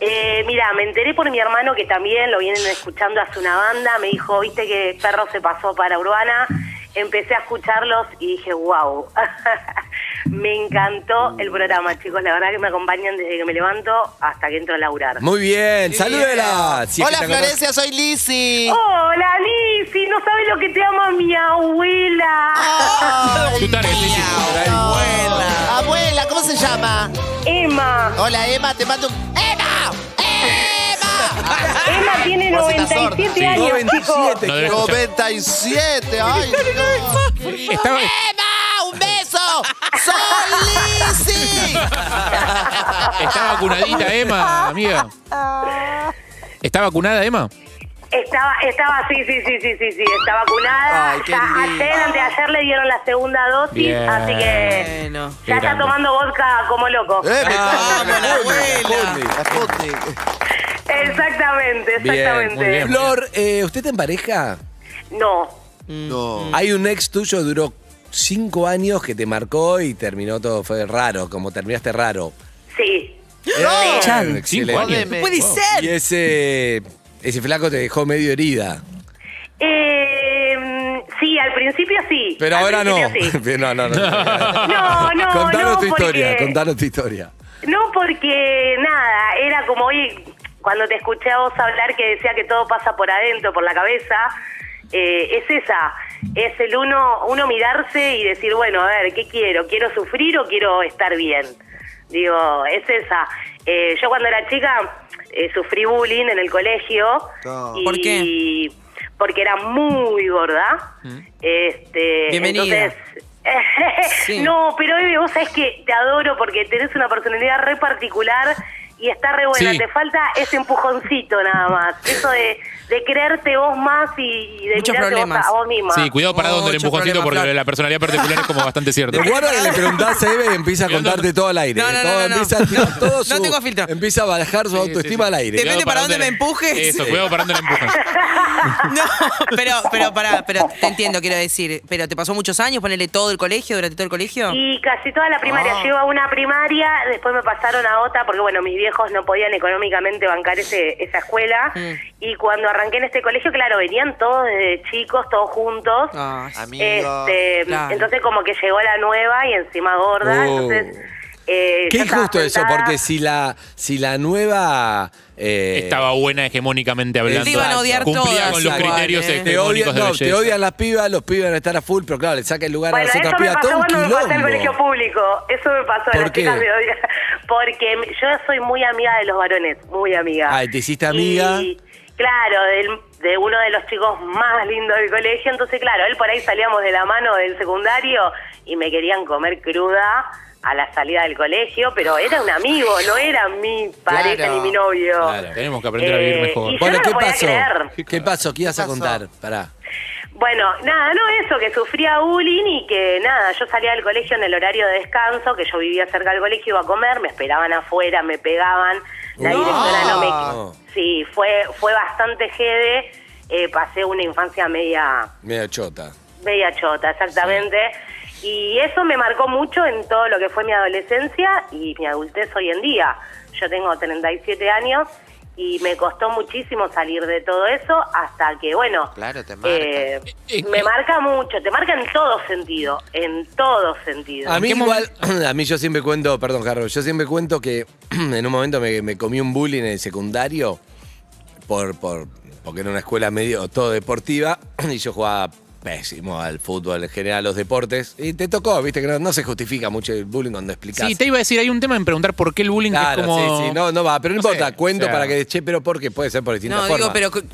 Speaker 8: Eh, mira, me enteré por mi hermano que también lo vienen escuchando hace una banda. Me dijo, viste que Perro se pasó para Urbana. Empecé a escucharlos y dije, wow. [LAUGHS] me encantó el programa, chicos. La verdad que me acompañan desde que me levanto hasta que entro a laburar.
Speaker 4: Muy bien, salúdela. Si es que
Speaker 7: Hola,
Speaker 4: te acordás-
Speaker 7: Florencia, soy Lizzy.
Speaker 8: Hola, Lizzy. No sabes lo que te ama mi abuela.
Speaker 6: Tu target, Lizzy.
Speaker 7: Abuela. Abuela, ¿cómo se llama?
Speaker 8: Emma.
Speaker 7: Hola, Emma, te mando un. ¡Emma! ¡Emma!
Speaker 8: Emma tiene
Speaker 7: Vos estás sorda.
Speaker 8: 97
Speaker 6: Sí.
Speaker 8: años, chicos.
Speaker 4: 97.
Speaker 6: No debes escuchar.
Speaker 7: 97, ay. [LAUGHS] no.
Speaker 6: Estaba-
Speaker 7: ¡Emma! ¡Ah! ¡Un beso! ¡Soy Lizzy!
Speaker 6: Está vacunadita, Emma, amiga. ¿Está vacunada, Emma?
Speaker 8: Estaba, estaba, sí, sí, sí, sí, sí, sí, está vacunada.
Speaker 7: Ay, qué
Speaker 8: Ya
Speaker 7: lindo.
Speaker 8: ayer, anteayer le dieron la segunda dosis,
Speaker 6: Bien.
Speaker 8: Oh, así que
Speaker 3: Bueno.
Speaker 6: Qué
Speaker 8: ya está
Speaker 6: grande.
Speaker 8: tomando vodka como loco.
Speaker 7: ¡Eh, me
Speaker 4: Ah,
Speaker 7: encanta, me
Speaker 4: la
Speaker 7: encanta.
Speaker 4: abuela.
Speaker 7: La Sputnik.
Speaker 8: Exactamente,
Speaker 4: Bien,
Speaker 8: exactamente.
Speaker 6: muy bien.
Speaker 4: Flor, eh, ¿usted está en pareja?
Speaker 8: No,
Speaker 7: No.
Speaker 4: Hay un ex tuyo que duró cinco años que te marcó y terminó todo, fue raro, como terminaste raro.
Speaker 8: sí.
Speaker 4: Eh,
Speaker 6: Chan,
Speaker 4: excelente.
Speaker 6: cinco años.
Speaker 8: Eh,
Speaker 7: Jodeme.
Speaker 3: Puede
Speaker 8: oh,
Speaker 3: ser.
Speaker 4: Y ese, ese flaco te dejó medio herida.
Speaker 8: Eh, sí, al principio sí.
Speaker 4: Pero
Speaker 8: al
Speaker 4: ahora no.
Speaker 8: principio sí.
Speaker 4: [LAUGHS] no, no, no.
Speaker 8: No, no,
Speaker 4: Contanos
Speaker 8: no,
Speaker 4: tu historia,
Speaker 8: porque-
Speaker 4: contanos tu historia.
Speaker 8: No, porque nada, era como hoy cuando te escuché a vos hablar que decía que todo pasa por adentro, por la cabeza, eh, es esa, es el uno, uno mirarse y decir, bueno, a ver, ¿qué quiero? ¿Quiero sufrir o quiero estar bien? Digo, es esa. Eh, yo cuando era chica eh, sufrí bullying en el colegio.
Speaker 7: No.
Speaker 8: y-
Speaker 3: ¿Por
Speaker 8: Porque era muy gorda. Este,
Speaker 3: Bienvenida.
Speaker 8: entonces-
Speaker 3: Sí.
Speaker 8: [LAUGHS] No, pero Eve, vos sabés que te adoro porque tenés una personalidad re particular y está re buena.
Speaker 6: Sí.
Speaker 8: Te falta ese empujoncito nada más. Eso de, de creerte vos más y, y de mirarte
Speaker 3: Muchos
Speaker 8: vos
Speaker 3: problemas.
Speaker 8: a vos misma.
Speaker 6: Sí, cuidado para donde el
Speaker 4: Mucho
Speaker 6: empujoncito,
Speaker 4: problema,
Speaker 6: porque lo de
Speaker 4: Flor.
Speaker 6: la personalidad particular es como
Speaker 4: [LAUGHS]
Speaker 6: bastante cierto.
Speaker 4: Lo guarda que le
Speaker 3: [LAUGHS]
Speaker 4: preguntás a Eve y empieza a contarte todo al aire.
Speaker 3: No, no, no,
Speaker 4: Todo
Speaker 3: no, no.
Speaker 4: empieza,
Speaker 3: [LAUGHS] No,
Speaker 4: todo
Speaker 3: no
Speaker 4: su-
Speaker 3: tengo filtro.
Speaker 4: Empieza a bajar su autoestima al aire.
Speaker 3: Depende
Speaker 6: Cuidado
Speaker 3: para dónde
Speaker 6: la-
Speaker 3: me empujes.
Speaker 6: Eso,
Speaker 3: Sí.
Speaker 6: cuidado para dónde le empujes.
Speaker 3: [LAUGHS] No, pero, pero pará, pero te entiendo, quiero decir. Pero te pasó muchos años, ponerle todo el colegio, durante todo el colegio.
Speaker 8: Y casi toda la primaria.
Speaker 7: Ah,
Speaker 8: Yo iba a una primaria, después me pasaron a otra porque, bueno, mis viejos no podían económicamente bancar ese, esa escuela. Y cuando arranqué en este colegio, claro, venían todos desde chicos, todos juntos.
Speaker 3: Ah, sí.
Speaker 7: Amigo.
Speaker 8: Este,
Speaker 3: Claro.
Speaker 8: Entonces como que llegó la nueva y encima gorda.
Speaker 4: Oh.
Speaker 8: Entonces, eh,
Speaker 4: Qué
Speaker 8: yo estaba
Speaker 4: injusto eso,
Speaker 8: sentada.
Speaker 4: porque si la, si la nueva. eh,
Speaker 6: Estaba buena hegemónicamente hablando.
Speaker 4: Te iban a
Speaker 3: odiar
Speaker 6: Cumplía
Speaker 3: todas
Speaker 6: con los
Speaker 4: igual,
Speaker 6: criterios
Speaker 3: eh.
Speaker 4: Te odian,
Speaker 6: hegemónicos de
Speaker 4: no, te
Speaker 6: belleza.
Speaker 4: odian las pibas, los pibes van a estar a full, pero claro, le saca el lugar
Speaker 8: Bueno,
Speaker 4: a las
Speaker 8: eso
Speaker 4: otras
Speaker 8: me
Speaker 4: pibas. Todo
Speaker 8: pasó
Speaker 4: un
Speaker 8: cuando me pasé al
Speaker 4: quilombo.
Speaker 8: colegio público. Eso me pasó
Speaker 4: ¿Por
Speaker 8: a las
Speaker 4: qué?
Speaker 8: chicas de hoy. Porque yo soy muy amiga de los varones, muy amiga.
Speaker 4: Ah, ¿y te hiciste amiga?
Speaker 8: Y, claro, del- de uno de los chicos más lindos del colegio. Entonces, claro, él por ahí salíamos de la mano del secundario y me querían comer cruda a la salida del colegio, pero era un amigo, no era mi pareja
Speaker 7: Claro,
Speaker 8: ni mi novio.
Speaker 4: claro.
Speaker 6: Tenemos que aprender a vivir
Speaker 8: Eh,
Speaker 6: mejor.
Speaker 8: y-
Speaker 4: Bueno,
Speaker 8: Yo no
Speaker 4: ¿qué
Speaker 8: lo podía
Speaker 4: pasó?
Speaker 8: creer.
Speaker 4: ¿Qué pasó? ¿Qué ibas a
Speaker 7: pasó?
Speaker 4: contar? Pará.
Speaker 8: Bueno, nada, no eso, que sufría bullying y que nada, yo salía del colegio en el horario de descanso, que yo vivía cerca del colegio, iba a comer, me esperaban afuera, me pegaban, la
Speaker 4: No.
Speaker 8: directora no
Speaker 4: No.
Speaker 8: me... Sí, fue, fue bastante jede, eh, pasé una infancia media,
Speaker 4: Medio chota.
Speaker 8: media chota, exactamente, y eso me marcó mucho en todo lo que fue mi adolescencia y mi adultez hoy en día. Yo tengo 37 años y me costó muchísimo salir de todo eso hasta que, bueno...
Speaker 7: Claro, te marca.
Speaker 8: Eh,
Speaker 6: Eh,
Speaker 8: me
Speaker 6: eh,
Speaker 8: marca mucho, te marca en todo sentido, en todo sentido.
Speaker 4: A mí igual, [CLEARS THROAT] a mí yo siempre cuento, perdón, Carlos, yo siempre cuento que [CLEARS THROAT] en un momento me, me comí un bullying en el secundario por, por porque era una escuela medio todo deportiva [CLEARS THROAT] y yo jugaba pésimo al fútbol, en general a los deportes. Y te tocó, viste, que no, no se justifica mucho el bullying cuando explicas.
Speaker 6: Sí, te iba a decir, hay un tema en preguntar por qué el bullying que
Speaker 4: Claro,
Speaker 6: es como...
Speaker 4: sí, sí, no, no va, pero no,
Speaker 6: No
Speaker 4: importa,
Speaker 6: sé,
Speaker 4: cuento
Speaker 6: o sea-
Speaker 4: para que, che, pero porque puede ser por distintas
Speaker 3: No,
Speaker 4: formas.
Speaker 3: digo, pero.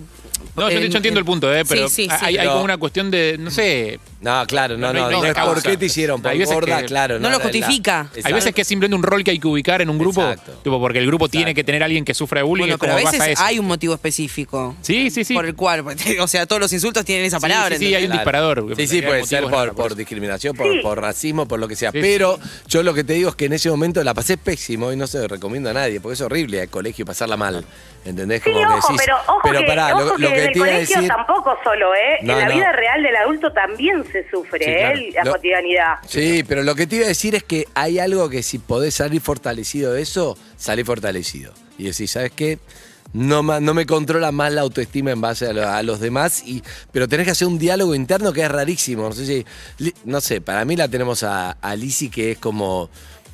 Speaker 6: No, yo, de
Speaker 3: en-
Speaker 6: hecho entiendo el punto, ¿eh?
Speaker 3: sí,
Speaker 6: Pero
Speaker 3: sí, sí.
Speaker 6: hay, hay
Speaker 4: Pero-
Speaker 6: como una cuestión de, no sé,
Speaker 4: No, claro, no,
Speaker 6: No, no
Speaker 4: no,
Speaker 6: hay
Speaker 4: no, es
Speaker 6: causa.
Speaker 4: por qué te hicieron, por
Speaker 6: Hay veces
Speaker 4: gorda,
Speaker 6: que
Speaker 4: claro.
Speaker 3: no lo
Speaker 4: la-
Speaker 3: justifica.
Speaker 6: hay veces que es simplemente un rol que hay que ubicar en un grupo,
Speaker 4: Exacto.
Speaker 6: tipo, porque el grupo tiene
Speaker 4: Exacto.
Speaker 6: que tener a alguien que sufra de bullying,
Speaker 3: Bueno,
Speaker 6: es
Speaker 3: pero
Speaker 6: como
Speaker 3: a
Speaker 6: vas a
Speaker 3: veces
Speaker 6: eso.
Speaker 3: hay un motivo específico
Speaker 6: Sí, sí, sí.
Speaker 3: por el cual, [LAUGHS] o sea, todos los insultos tienen esa
Speaker 6: Sí,
Speaker 3: palabra.
Speaker 6: sí, sí, hay
Speaker 3: ¿entendés?
Speaker 6: un disparador.
Speaker 4: Sí, sí,
Speaker 6: Hay
Speaker 4: puede
Speaker 6: motivos,
Speaker 4: ser
Speaker 6: no,
Speaker 4: por,
Speaker 6: no,
Speaker 4: por discriminación, por,
Speaker 8: Sí.
Speaker 4: por racismo, por lo que sea.
Speaker 6: Sí,
Speaker 4: Pero yo lo que te digo es que en ese momento la pasé pésimo y no se lo recomiendo a nadie, porque es horrible al colegio y pasarla mal. ¿Entendés?
Speaker 8: Sí,
Speaker 4: Como que
Speaker 8: ojo,
Speaker 4: decís,
Speaker 8: pero ojo que,
Speaker 4: pará,
Speaker 8: ojo que en el
Speaker 4: te iba a
Speaker 8: colegio tampoco solo, ¿eh?
Speaker 4: No,
Speaker 8: en la
Speaker 4: no.
Speaker 8: vida real del adulto también se sufre,
Speaker 4: Sí, claro.
Speaker 8: ¿eh? La
Speaker 4: Lo-
Speaker 8: cotidianidad.
Speaker 4: Sí, pero lo que te iba a decir es que hay algo que si podés salir fortalecido de eso, salí fortalecido. Y decís, ¿sabes qué? No, ma- no me controla más la autoestima en base a, lo- a los demás, y, pero tenés que hacer un diálogo interno que es rarísimo. No sé, si- li- no sé para mí la tenemos a, a Lizzy que es como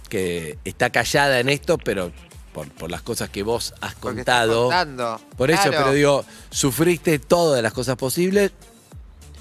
Speaker 4: que está callada en esto, pero por, por las cosas que vos has
Speaker 7: Porque está
Speaker 4: contado.
Speaker 7: contando.
Speaker 4: Por eso,
Speaker 7: Claro.
Speaker 4: pero digo, sufriste todas las cosas posibles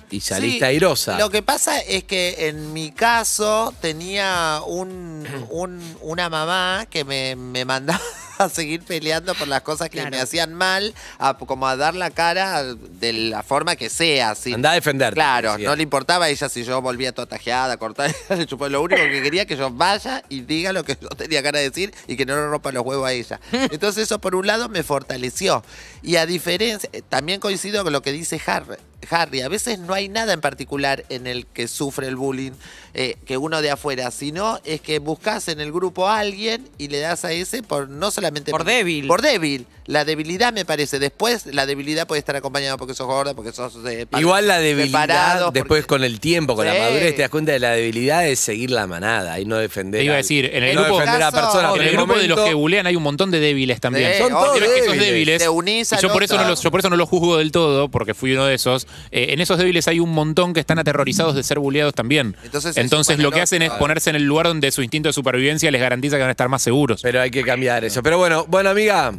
Speaker 4: y saliste
Speaker 7: Sí,
Speaker 4: airosa.
Speaker 7: Lo que pasa es que en
Speaker 4: [CLEARS THROAT]
Speaker 7: mi caso tenía un, un- una mamá que me, me mandaba [LAUGHS] a seguir peleando por las cosas que
Speaker 3: Claro.
Speaker 7: me hacían mal, a, como a dar la cara de la forma que sea. sin-
Speaker 4: Andá a defenderte,
Speaker 7: Claro,
Speaker 4: decía.
Speaker 7: no le importaba a ella si yo volvía toda tajeada, cortada, [LAUGHS] le chupó. Lo único que quería que yo vaya y diga lo que [LAUGHS] yo tenía ganas de decir y que no le rompa los huevos
Speaker 3: [LAUGHS]
Speaker 7: a ella. Entonces eso por un lado me fortaleció. Y a diferencia, eh, también coincido con lo que dice Har- Harry, a veces no hay nada en particular en el que sufre el bullying eh, que uno de afuera, sino es que buscas en el grupo a alguien y le das a ese por no solamente
Speaker 3: Por débil.
Speaker 7: Por débil. La debilidad me parece. Después la debilidad puede estar acompañada porque sos gorda, porque sos eh, pa-
Speaker 4: Igual la debilidad,
Speaker 7: separados,
Speaker 4: después
Speaker 7: porque-
Speaker 4: con el tiempo, con
Speaker 7: Sí.
Speaker 4: la madurez, te das cuenta de la debilidad es seguir la manada y no defender.
Speaker 6: Te iba a
Speaker 4: al-
Speaker 6: decir, en el
Speaker 4: no
Speaker 6: grupo-
Speaker 4: defender a la persona.
Speaker 7: En
Speaker 6: En
Speaker 4: pero
Speaker 6: el grupo de los
Speaker 4: momento-
Speaker 6: que bulean hay un montón de débiles también.
Speaker 7: Sí,
Speaker 4: Son
Speaker 7: obvio.
Speaker 4: todos
Speaker 6: Creo que esos
Speaker 4: débiles.
Speaker 6: débiles.
Speaker 7: Te unís al
Speaker 6: y yo por eso
Speaker 7: otro.
Speaker 6: no los, yo por eso no los juzgo del todo, porque fui uno de esos. Eh, en esos débiles hay un montón que están aterrorizados de ser buleados también.
Speaker 7: Entonces
Speaker 6: Entonces,
Speaker 7: se suman
Speaker 6: lo
Speaker 7: al
Speaker 6: que hacen es
Speaker 7: otro.
Speaker 6: ponerse en el lugar donde su instinto de supervivencia les garantiza que van a estar más seguros.
Speaker 4: Pero hay que cambiar eso. Pero bueno, bueno, amiga,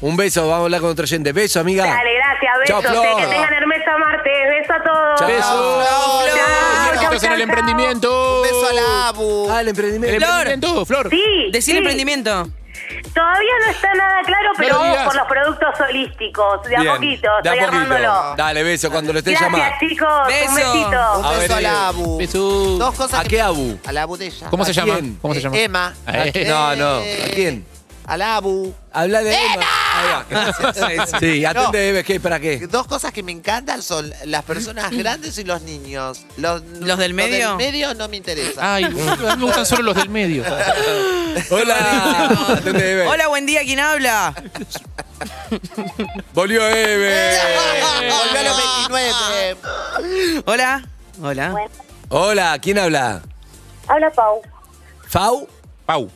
Speaker 4: un beso, vamos a hablar con otro oyente. Beso, amiga.
Speaker 8: Dale, gracias,
Speaker 4: Chao,
Speaker 8: besos.
Speaker 4: Flor.
Speaker 8: Que tengan hermosa martes. Beso a todos.
Speaker 4: Chao. Beso.
Speaker 7: Flor.
Speaker 8: Chao,
Speaker 6: Éxitos
Speaker 8: chao,
Speaker 6: en el
Speaker 8: chao.
Speaker 6: emprendimiento.
Speaker 7: Un beso a la Abu.
Speaker 4: Ah, el emprendimiento.
Speaker 6: El
Speaker 3: Flor.
Speaker 6: emprendimiento, Flor.
Speaker 8: Sí,
Speaker 3: Decir
Speaker 8: sí.
Speaker 3: emprendimiento.
Speaker 8: Todavía no está nada claro, pero
Speaker 6: lo
Speaker 8: vamos
Speaker 6: digas.
Speaker 8: por los productos holísticos. De
Speaker 4: Bien,
Speaker 8: a poquito,
Speaker 4: de a
Speaker 8: estoy
Speaker 4: poquito.
Speaker 8: armándolo.
Speaker 4: Dale, beso, cuando lo estés llamando.
Speaker 8: Gracias, chicos. Un
Speaker 3: Beso.
Speaker 8: besito.
Speaker 7: Un
Speaker 4: A ver,
Speaker 7: beso a la
Speaker 4: eh,
Speaker 7: Abu.
Speaker 6: beso.
Speaker 7: Dos cosas
Speaker 4: ¿A
Speaker 7: que-
Speaker 4: qué Abu?
Speaker 7: A la Abu de ella.
Speaker 6: ¿Cómo
Speaker 4: ¿A
Speaker 6: se llama?
Speaker 4: quién?
Speaker 6: ¿Cómo se
Speaker 7: Eh,
Speaker 6: llama?
Speaker 7: Emma.
Speaker 6: Eh.
Speaker 4: No, no. ¿A quién?
Speaker 7: A la Abu.
Speaker 4: Habla de Emma.
Speaker 8: [LAUGHS]
Speaker 4: Ahí va. Sí, atende, Eve, ¿qué? ¿Para qué?
Speaker 7: Dos cosas que me encantan son
Speaker 3: [LAUGHS]
Speaker 7: las personas grandes y los niños. Los,
Speaker 3: ¿Los del medio?
Speaker 7: Los del medio no me
Speaker 6: [LAUGHS]
Speaker 7: interesa.
Speaker 6: Ay, a mí me gustan solo los del medio.
Speaker 8: [LAUGHS]
Speaker 6: Ah,
Speaker 4: Hola. Atende, Eve.
Speaker 3: Hola, buen día, ¿quién habla?
Speaker 4: Volvió Eve.
Speaker 7: [LAUGHS] Volvió a los 29.
Speaker 3: Hola. Hola.
Speaker 4: Hola, ¿quién habla?
Speaker 8: Habla Pau.
Speaker 4: ¿Fau
Speaker 6: Pau.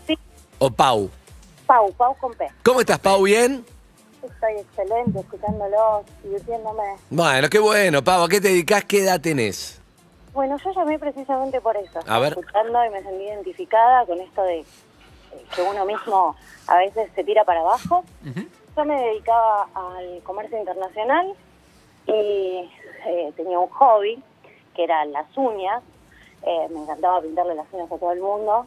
Speaker 4: o Pau?
Speaker 8: Pau, Pau con P.
Speaker 4: ¿Cómo estás, Pau? ¿Bien?
Speaker 8: Estoy excelente, escuchándolos, divirtiéndome.
Speaker 4: Bueno, qué bueno, Pau. ¿A qué te dedicas? ¿Qué edad tenés?
Speaker 8: Bueno, yo llamé precisamente por eso. Estaba
Speaker 4: ver.
Speaker 8: Escuchando y me sentí identificada con esto de eh, que uno mismo a veces se tira para abajo. Yo me dedicaba al comercio internacional y eh, tenía un hobby que eran las uñas. Eh, me encantaba pintarle las uñas a todo el mundo.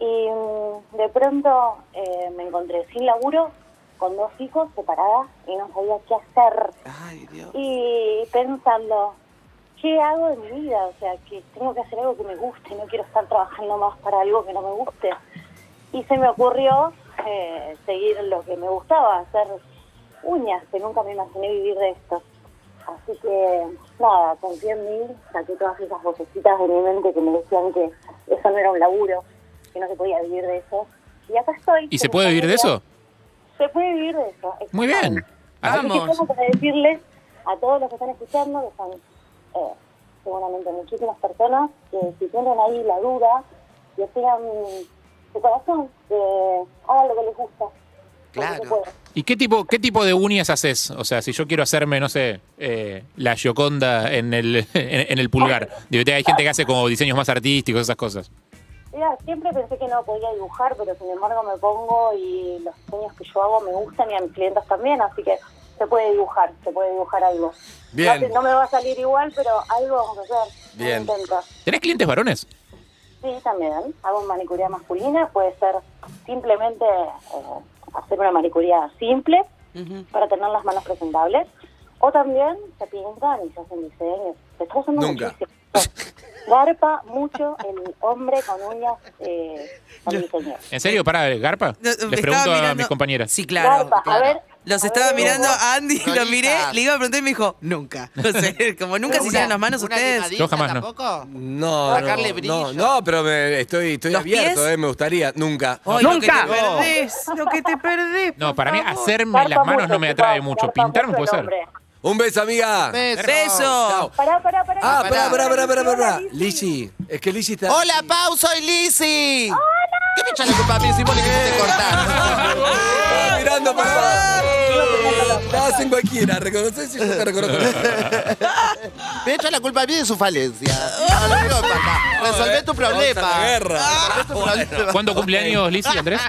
Speaker 8: Y mm, de pronto eh, me encontré sin laburo, con dos hijos separadas y no sabía qué hacer
Speaker 7: Ay, Dios.
Speaker 8: y pensando, ¿qué hago de mi vida? O sea, que tengo que hacer algo que me guste, no quiero estar trabajando más para algo que no me guste. Y se me ocurrió eh, seguir lo que me gustaba, hacer uñas, que nunca me imaginé vivir de esto. Así que, nada, confié en mí, saqué todas esas vocecitas de mi mente que me decían que eso no era un laburo, que no se podía vivir de eso. Y acá estoy.
Speaker 6: ¿Y se puede vivir de eso?
Speaker 8: Se puede vivir de eso.
Speaker 6: Muy bien.
Speaker 8: exactamente. Así que
Speaker 3: Vamos.
Speaker 8: estamos para decirles a todos los que están escuchando, que son eh, seguramente muchísimas personas, que si tienen ahí la duda, que sigan su corazón, que hagan lo que les gusta.
Speaker 7: Claro.
Speaker 8: porque se puede.
Speaker 6: ¿Y qué tipo, qué tipo de uñas haces? O sea, si yo quiero hacerme, no sé, eh, la Gioconda en el, [LAUGHS] en, en el pulgar. Digo, Hay gente que hace como diseños más artísticos, esas cosas.
Speaker 8: Mira, siempre pensé que no podía dibujar, pero sin embargo me pongo y los diseños que yo hago me gustan y a mis clientes también, así que se puede dibujar, se puede dibujar algo.
Speaker 4: Bien.
Speaker 8: No, sé, no me va a salir igual, pero algo vamos a hacer. un
Speaker 4: Bien.
Speaker 8: intento.
Speaker 6: ¿Tenés clientes varones?
Speaker 8: Sí, también. Hago manicuría masculina. Puede ser simplemente eh, hacer una manicuría simple
Speaker 3: Ujú.
Speaker 8: para tener las manos presentables. O también se pintan y se hacen diseños. Se está usando
Speaker 4: Nunca.
Speaker 8: muchísimo. Garpa mucho el hombre con uñas eh, con diseño.
Speaker 6: ¿En serio? Para, Garpa.
Speaker 3: No,
Speaker 6: Les
Speaker 3: estaba
Speaker 6: pregunto a
Speaker 3: mirando-
Speaker 6: mis compañeras.
Speaker 3: Sí, claro.
Speaker 8: Garpa, a ver.
Speaker 3: Los
Speaker 8: a
Speaker 3: estaba
Speaker 8: ver,
Speaker 3: mirando
Speaker 8: Hugo.
Speaker 3: a Andy, lo
Speaker 7: Lolitas.
Speaker 3: miré, le iba a preguntar y me dijo, nunca. O sea, [LAUGHS] como nunca se
Speaker 7: Una-
Speaker 3: hicieron las manos
Speaker 7: una
Speaker 3: ustedes.
Speaker 7: limadita
Speaker 6: Yo jamás no.
Speaker 7: tampoco?
Speaker 4: No,
Speaker 7: Sacarle
Speaker 4: no,
Speaker 7: brillo.
Speaker 4: no, no, pero me- estoy, estoy
Speaker 3: ¿Los
Speaker 4: abierto,
Speaker 3: pies?
Speaker 4: eh, me gustaría. Nunca.
Speaker 3: Ay,
Speaker 10: Nunca.
Speaker 3: Lo que te perdés, lo que te perdés.
Speaker 6: No, para mí hacerme
Speaker 8: Garpa
Speaker 6: las manos
Speaker 8: mucho,
Speaker 6: no me atrae
Speaker 8: chicos.
Speaker 6: mucho.
Speaker 8: Garpa
Speaker 6: Pintarme
Speaker 8: mucho
Speaker 6: puede
Speaker 8: el
Speaker 6: ser.
Speaker 8: hombre.
Speaker 4: Un beso, amiga.
Speaker 7: Beso.
Speaker 3: Beso.
Speaker 4: Chao.
Speaker 8: Pará, pará, pará.
Speaker 4: Ah, pará,
Speaker 7: Pará.
Speaker 4: pará, pará, pará, pará. Lizzy, es que Lizzy está.
Speaker 7: Hola, Pau, soy Lizzy. ¿Qué me echa la culpa a mí si vos le quisiste cortar?
Speaker 4: Estaba mirando, por favor. Estabas en cualquiera, reconoces y yo te reconozco.
Speaker 7: Me echa la culpa a mí de su falencia. No, no,
Speaker 4: [LAUGHS]
Speaker 7: no, papá. Resolvé tu
Speaker 4: Vamos a la
Speaker 7: problema.
Speaker 4: guerra.
Speaker 7: Resolvé tu problema.
Speaker 6: ¿Cuándo cumpleaños, Lizzy,
Speaker 8: [LAUGHS]
Speaker 6: Andrés?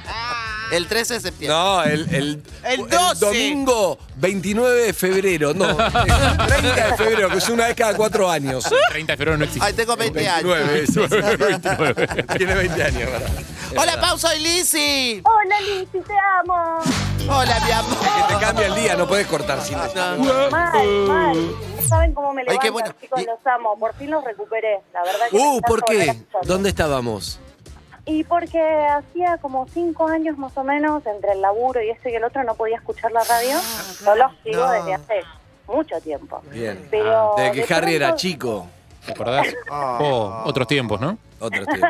Speaker 7: El 13 de septiembre.
Speaker 4: No, el, el,
Speaker 7: El 12.
Speaker 4: domingo 29 de febrero, no, el 30 de febrero, que es una vez cada cuatro años.
Speaker 6: 30 de febrero no existe.
Speaker 7: Ay, tengo 20 años.
Speaker 4: 29, eso. Tiene 20 años, ¿verdad?
Speaker 7: Hola, Pau, soy Lizzy.
Speaker 8: Hola, Lizzy, te amo.
Speaker 7: Hola, mi amor.
Speaker 4: Que te cambia el día, no puedes cortar sin eso.
Speaker 8: Mal, mal. No saben cómo me
Speaker 7: Ay,
Speaker 8: levantan,
Speaker 7: qué bueno.
Speaker 8: chicos,
Speaker 7: Y-
Speaker 8: los amo. Por fin los recuperé, la verdad. que me
Speaker 4: Uh,
Speaker 8: encanta
Speaker 4: ¿por
Speaker 8: volver a
Speaker 4: qué?
Speaker 8: escucharlos.
Speaker 4: ¿Dónde estábamos?
Speaker 8: Y porque hacía como cinco años más o menos, entre el laburo y este y el otro, no podía escuchar la radio.
Speaker 3: Ah,
Speaker 8: No los sigo
Speaker 7: No.
Speaker 8: desde hace mucho tiempo.
Speaker 4: Bien. Ah,
Speaker 8: Pero
Speaker 4: Desde que
Speaker 8: de
Speaker 4: Harry era
Speaker 8: pronto,
Speaker 4: chico.
Speaker 6: ¿Te acordás?
Speaker 8: Ah.
Speaker 6: Oh, otros tiempos, ¿no?
Speaker 4: Otros tiempos.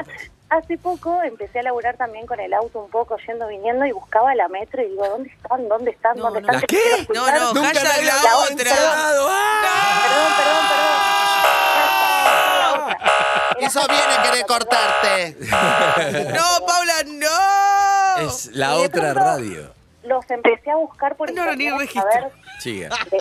Speaker 8: Hace poco empecé a laburar también con el auto un poco, yendo, viniendo, y buscaba la metro y digo, ¿dónde están? ¿Dónde están?
Speaker 3: No,
Speaker 8: ¿Dónde
Speaker 3: no,
Speaker 8: están?
Speaker 4: ¿La
Speaker 8: Te
Speaker 4: qué?
Speaker 8: quiero escuchar.
Speaker 3: No, no,
Speaker 8: Perdón,
Speaker 3: Nunca calla la
Speaker 8: la
Speaker 3: otra.
Speaker 8: otra. perdón, perdón. Basta,
Speaker 3: [LAUGHS]
Speaker 8: la otra. Era-
Speaker 7: Eso viene a querer
Speaker 6: [LAUGHS]
Speaker 7: cortarte.
Speaker 3: ¡No, Paula, no!
Speaker 4: Es la
Speaker 8: Y de
Speaker 4: otra
Speaker 8: pronto-
Speaker 4: radio.
Speaker 8: Los empecé a buscar por
Speaker 3: No, no, ni
Speaker 8: internet, a
Speaker 3: registro.
Speaker 8: ver [LAUGHS]
Speaker 4: Siga.
Speaker 8: de-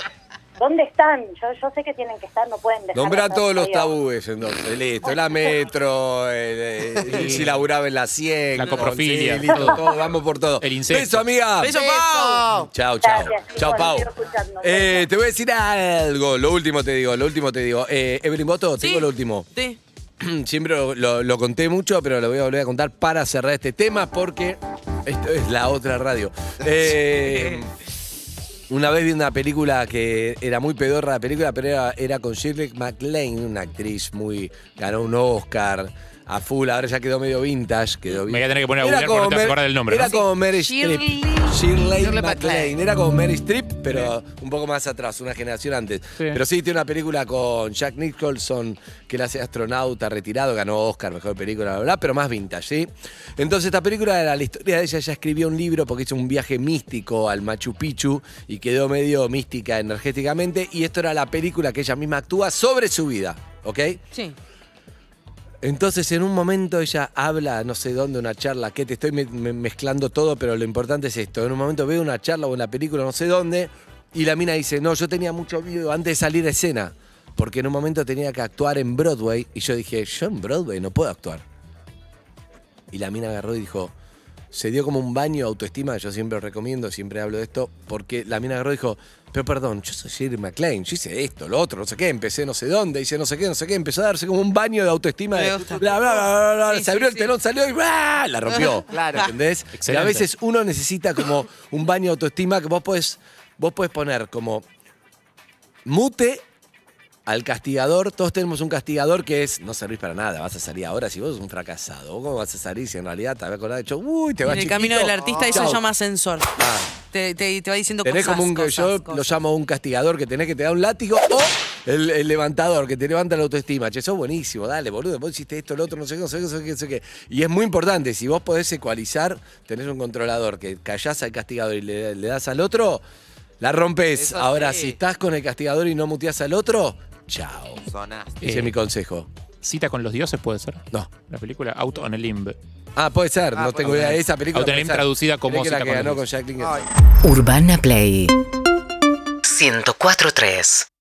Speaker 8: dónde están. Yo, yo sé que tienen que estar, no pueden dejar.
Speaker 4: Nombrá
Speaker 8: de hacer
Speaker 4: todos los
Speaker 8: radio.
Speaker 4: tabúes, entonces. Listo, la metro, el, el- el- si laburaba en la 100.
Speaker 6: La coprofilia.
Speaker 4: listo, todo, vamos por todo.
Speaker 6: El incesto.
Speaker 4: Beso, amiga.
Speaker 3: Beso,
Speaker 7: Beso.
Speaker 3: Pau.
Speaker 4: Chao, chao.
Speaker 8: Gracias, chicos,
Speaker 4: Chao,
Speaker 8: los
Speaker 4: Pau.
Speaker 8: sigo escuchando.
Speaker 4: Eh, te voy a decir algo, lo último te digo, lo último te digo. Eh, Evelyn Boto, te
Speaker 3: Sí.
Speaker 4: digo lo último.
Speaker 3: Sí.
Speaker 4: [CLEARS THROAT] Siempre lo, lo- lo conté mucho, pero lo voy a volver a contar para cerrar este tema porque esto es la otra radio. Eh, una vez vi una película que era muy pedorra la película, pero era, era con Shirley MacLaine, una actriz muy. ganó un Oscar a full, ahora ya quedó medio vintage. Quedó
Speaker 6: Me
Speaker 4: bien.
Speaker 6: voy a tener que poner a
Speaker 4: Era
Speaker 6: googlear porque
Speaker 4: como
Speaker 6: no te
Speaker 4: Mer-
Speaker 6: vas a acordar del nombre,
Speaker 4: Era
Speaker 6: ¿no?
Speaker 4: como Mary Streep.
Speaker 3: Shirley-
Speaker 4: Shirley
Speaker 7: Shirley
Speaker 4: MacLaine.
Speaker 7: MacLaine.
Speaker 4: Era como Mary Streep, pero un poco más atrás, una generación antes.
Speaker 6: Sí.
Speaker 4: Pero sí, tiene una película con Jack Nicholson, que él hace astronauta retirado, ganó Oscar, mejor película, bla, bla, bla, pero más vintage, ¿sí? Entonces, esta película era la historia de ella. Ella escribió un libro porque hizo un viaje místico al Machu Picchu y quedó medio mística energéticamente. Y esto era la película que ella misma actúa sobre su vida, ¿ok?
Speaker 3: Sí.
Speaker 4: Entonces en un momento ella habla, no sé dónde, una charla, que te estoy me- me- mezclando todo, pero lo importante es esto. En un momento veo una charla o una película, no sé dónde, y la mina dice, no, yo tenía mucho miedo antes de salir a escena, porque en un momento tenía que actuar en Broadway, y yo dije, yo en Broadway no puedo actuar. Y la mina agarró y dijo, se dio como un baño de autoestima, yo siempre recomiendo, siempre hablo de esto, porque la mina agarró y dijo, pero perdón, yo soy Shirley MacLaine, yo hice esto, lo otro, no sé qué, empecé no sé dónde, hice no sé qué, no sé qué, empezó a darse como un baño de autoestima, de
Speaker 3: Me
Speaker 4: bla,
Speaker 3: gusta.
Speaker 4: bla, bla, bla, bla,
Speaker 3: Sí,
Speaker 4: se abrió
Speaker 3: sí,
Speaker 4: el
Speaker 3: sí.
Speaker 4: telón, salió y ¡bra! la
Speaker 3: [LAUGHS]
Speaker 4: rompió,
Speaker 7: Claro.
Speaker 4: ¿entendés? Y a
Speaker 6: Excelente.
Speaker 4: veces uno necesita como un baño de autoestima que vos podés, vos podés poner como mute al castigador, todos tenemos un castigador que es, no servís para nada, vas a salir ahora si vos sos un fracasado, ¿vos cómo vas a salir si en realidad te habías acordado de hecho, uy, te
Speaker 3: En
Speaker 4: vas
Speaker 3: el
Speaker 4: chiquito?
Speaker 3: camino del artista eso
Speaker 4: Chau.
Speaker 3: se llama ascensor.
Speaker 4: Ah.
Speaker 3: Te, te- te va diciendo
Speaker 4: Tenés
Speaker 3: cosas.
Speaker 4: como un,
Speaker 3: cosas,
Speaker 4: yo lo
Speaker 3: cosas.
Speaker 4: llamo un castigador, que tenés que te da un látigo o el, el levantador, que te levanta la autoestima. Che, sos buenísimo, dale, boludo, vos hiciste esto, lo otro, no sé qué, no sé qué, no sé qué, no sé qué. Y es muy importante, si vos podés ecualizar, tenés un controlador, que callás al castigador y le, le das al otro, la rompes.
Speaker 7: Eso
Speaker 4: Ahora,
Speaker 7: sí.
Speaker 4: si estás con el castigador y no muteás al otro, chao.
Speaker 7: Sonaste.
Speaker 4: Ese
Speaker 6: Eh.
Speaker 4: es mi consejo.
Speaker 6: Cita con los dioses puede ser.
Speaker 4: No.
Speaker 6: La película Out on a Limb.
Speaker 4: Ah, puede ser, no
Speaker 7: puede
Speaker 4: tengo idea de esa película.
Speaker 6: Autonim
Speaker 4: puede ser.
Speaker 6: traducida como
Speaker 4: Creí que la
Speaker 6: Cita
Speaker 4: que
Speaker 6: con
Speaker 4: ganó
Speaker 6: los
Speaker 4: con Jack Nicholson.
Speaker 7: Ay.
Speaker 10: Urbana Play 104.3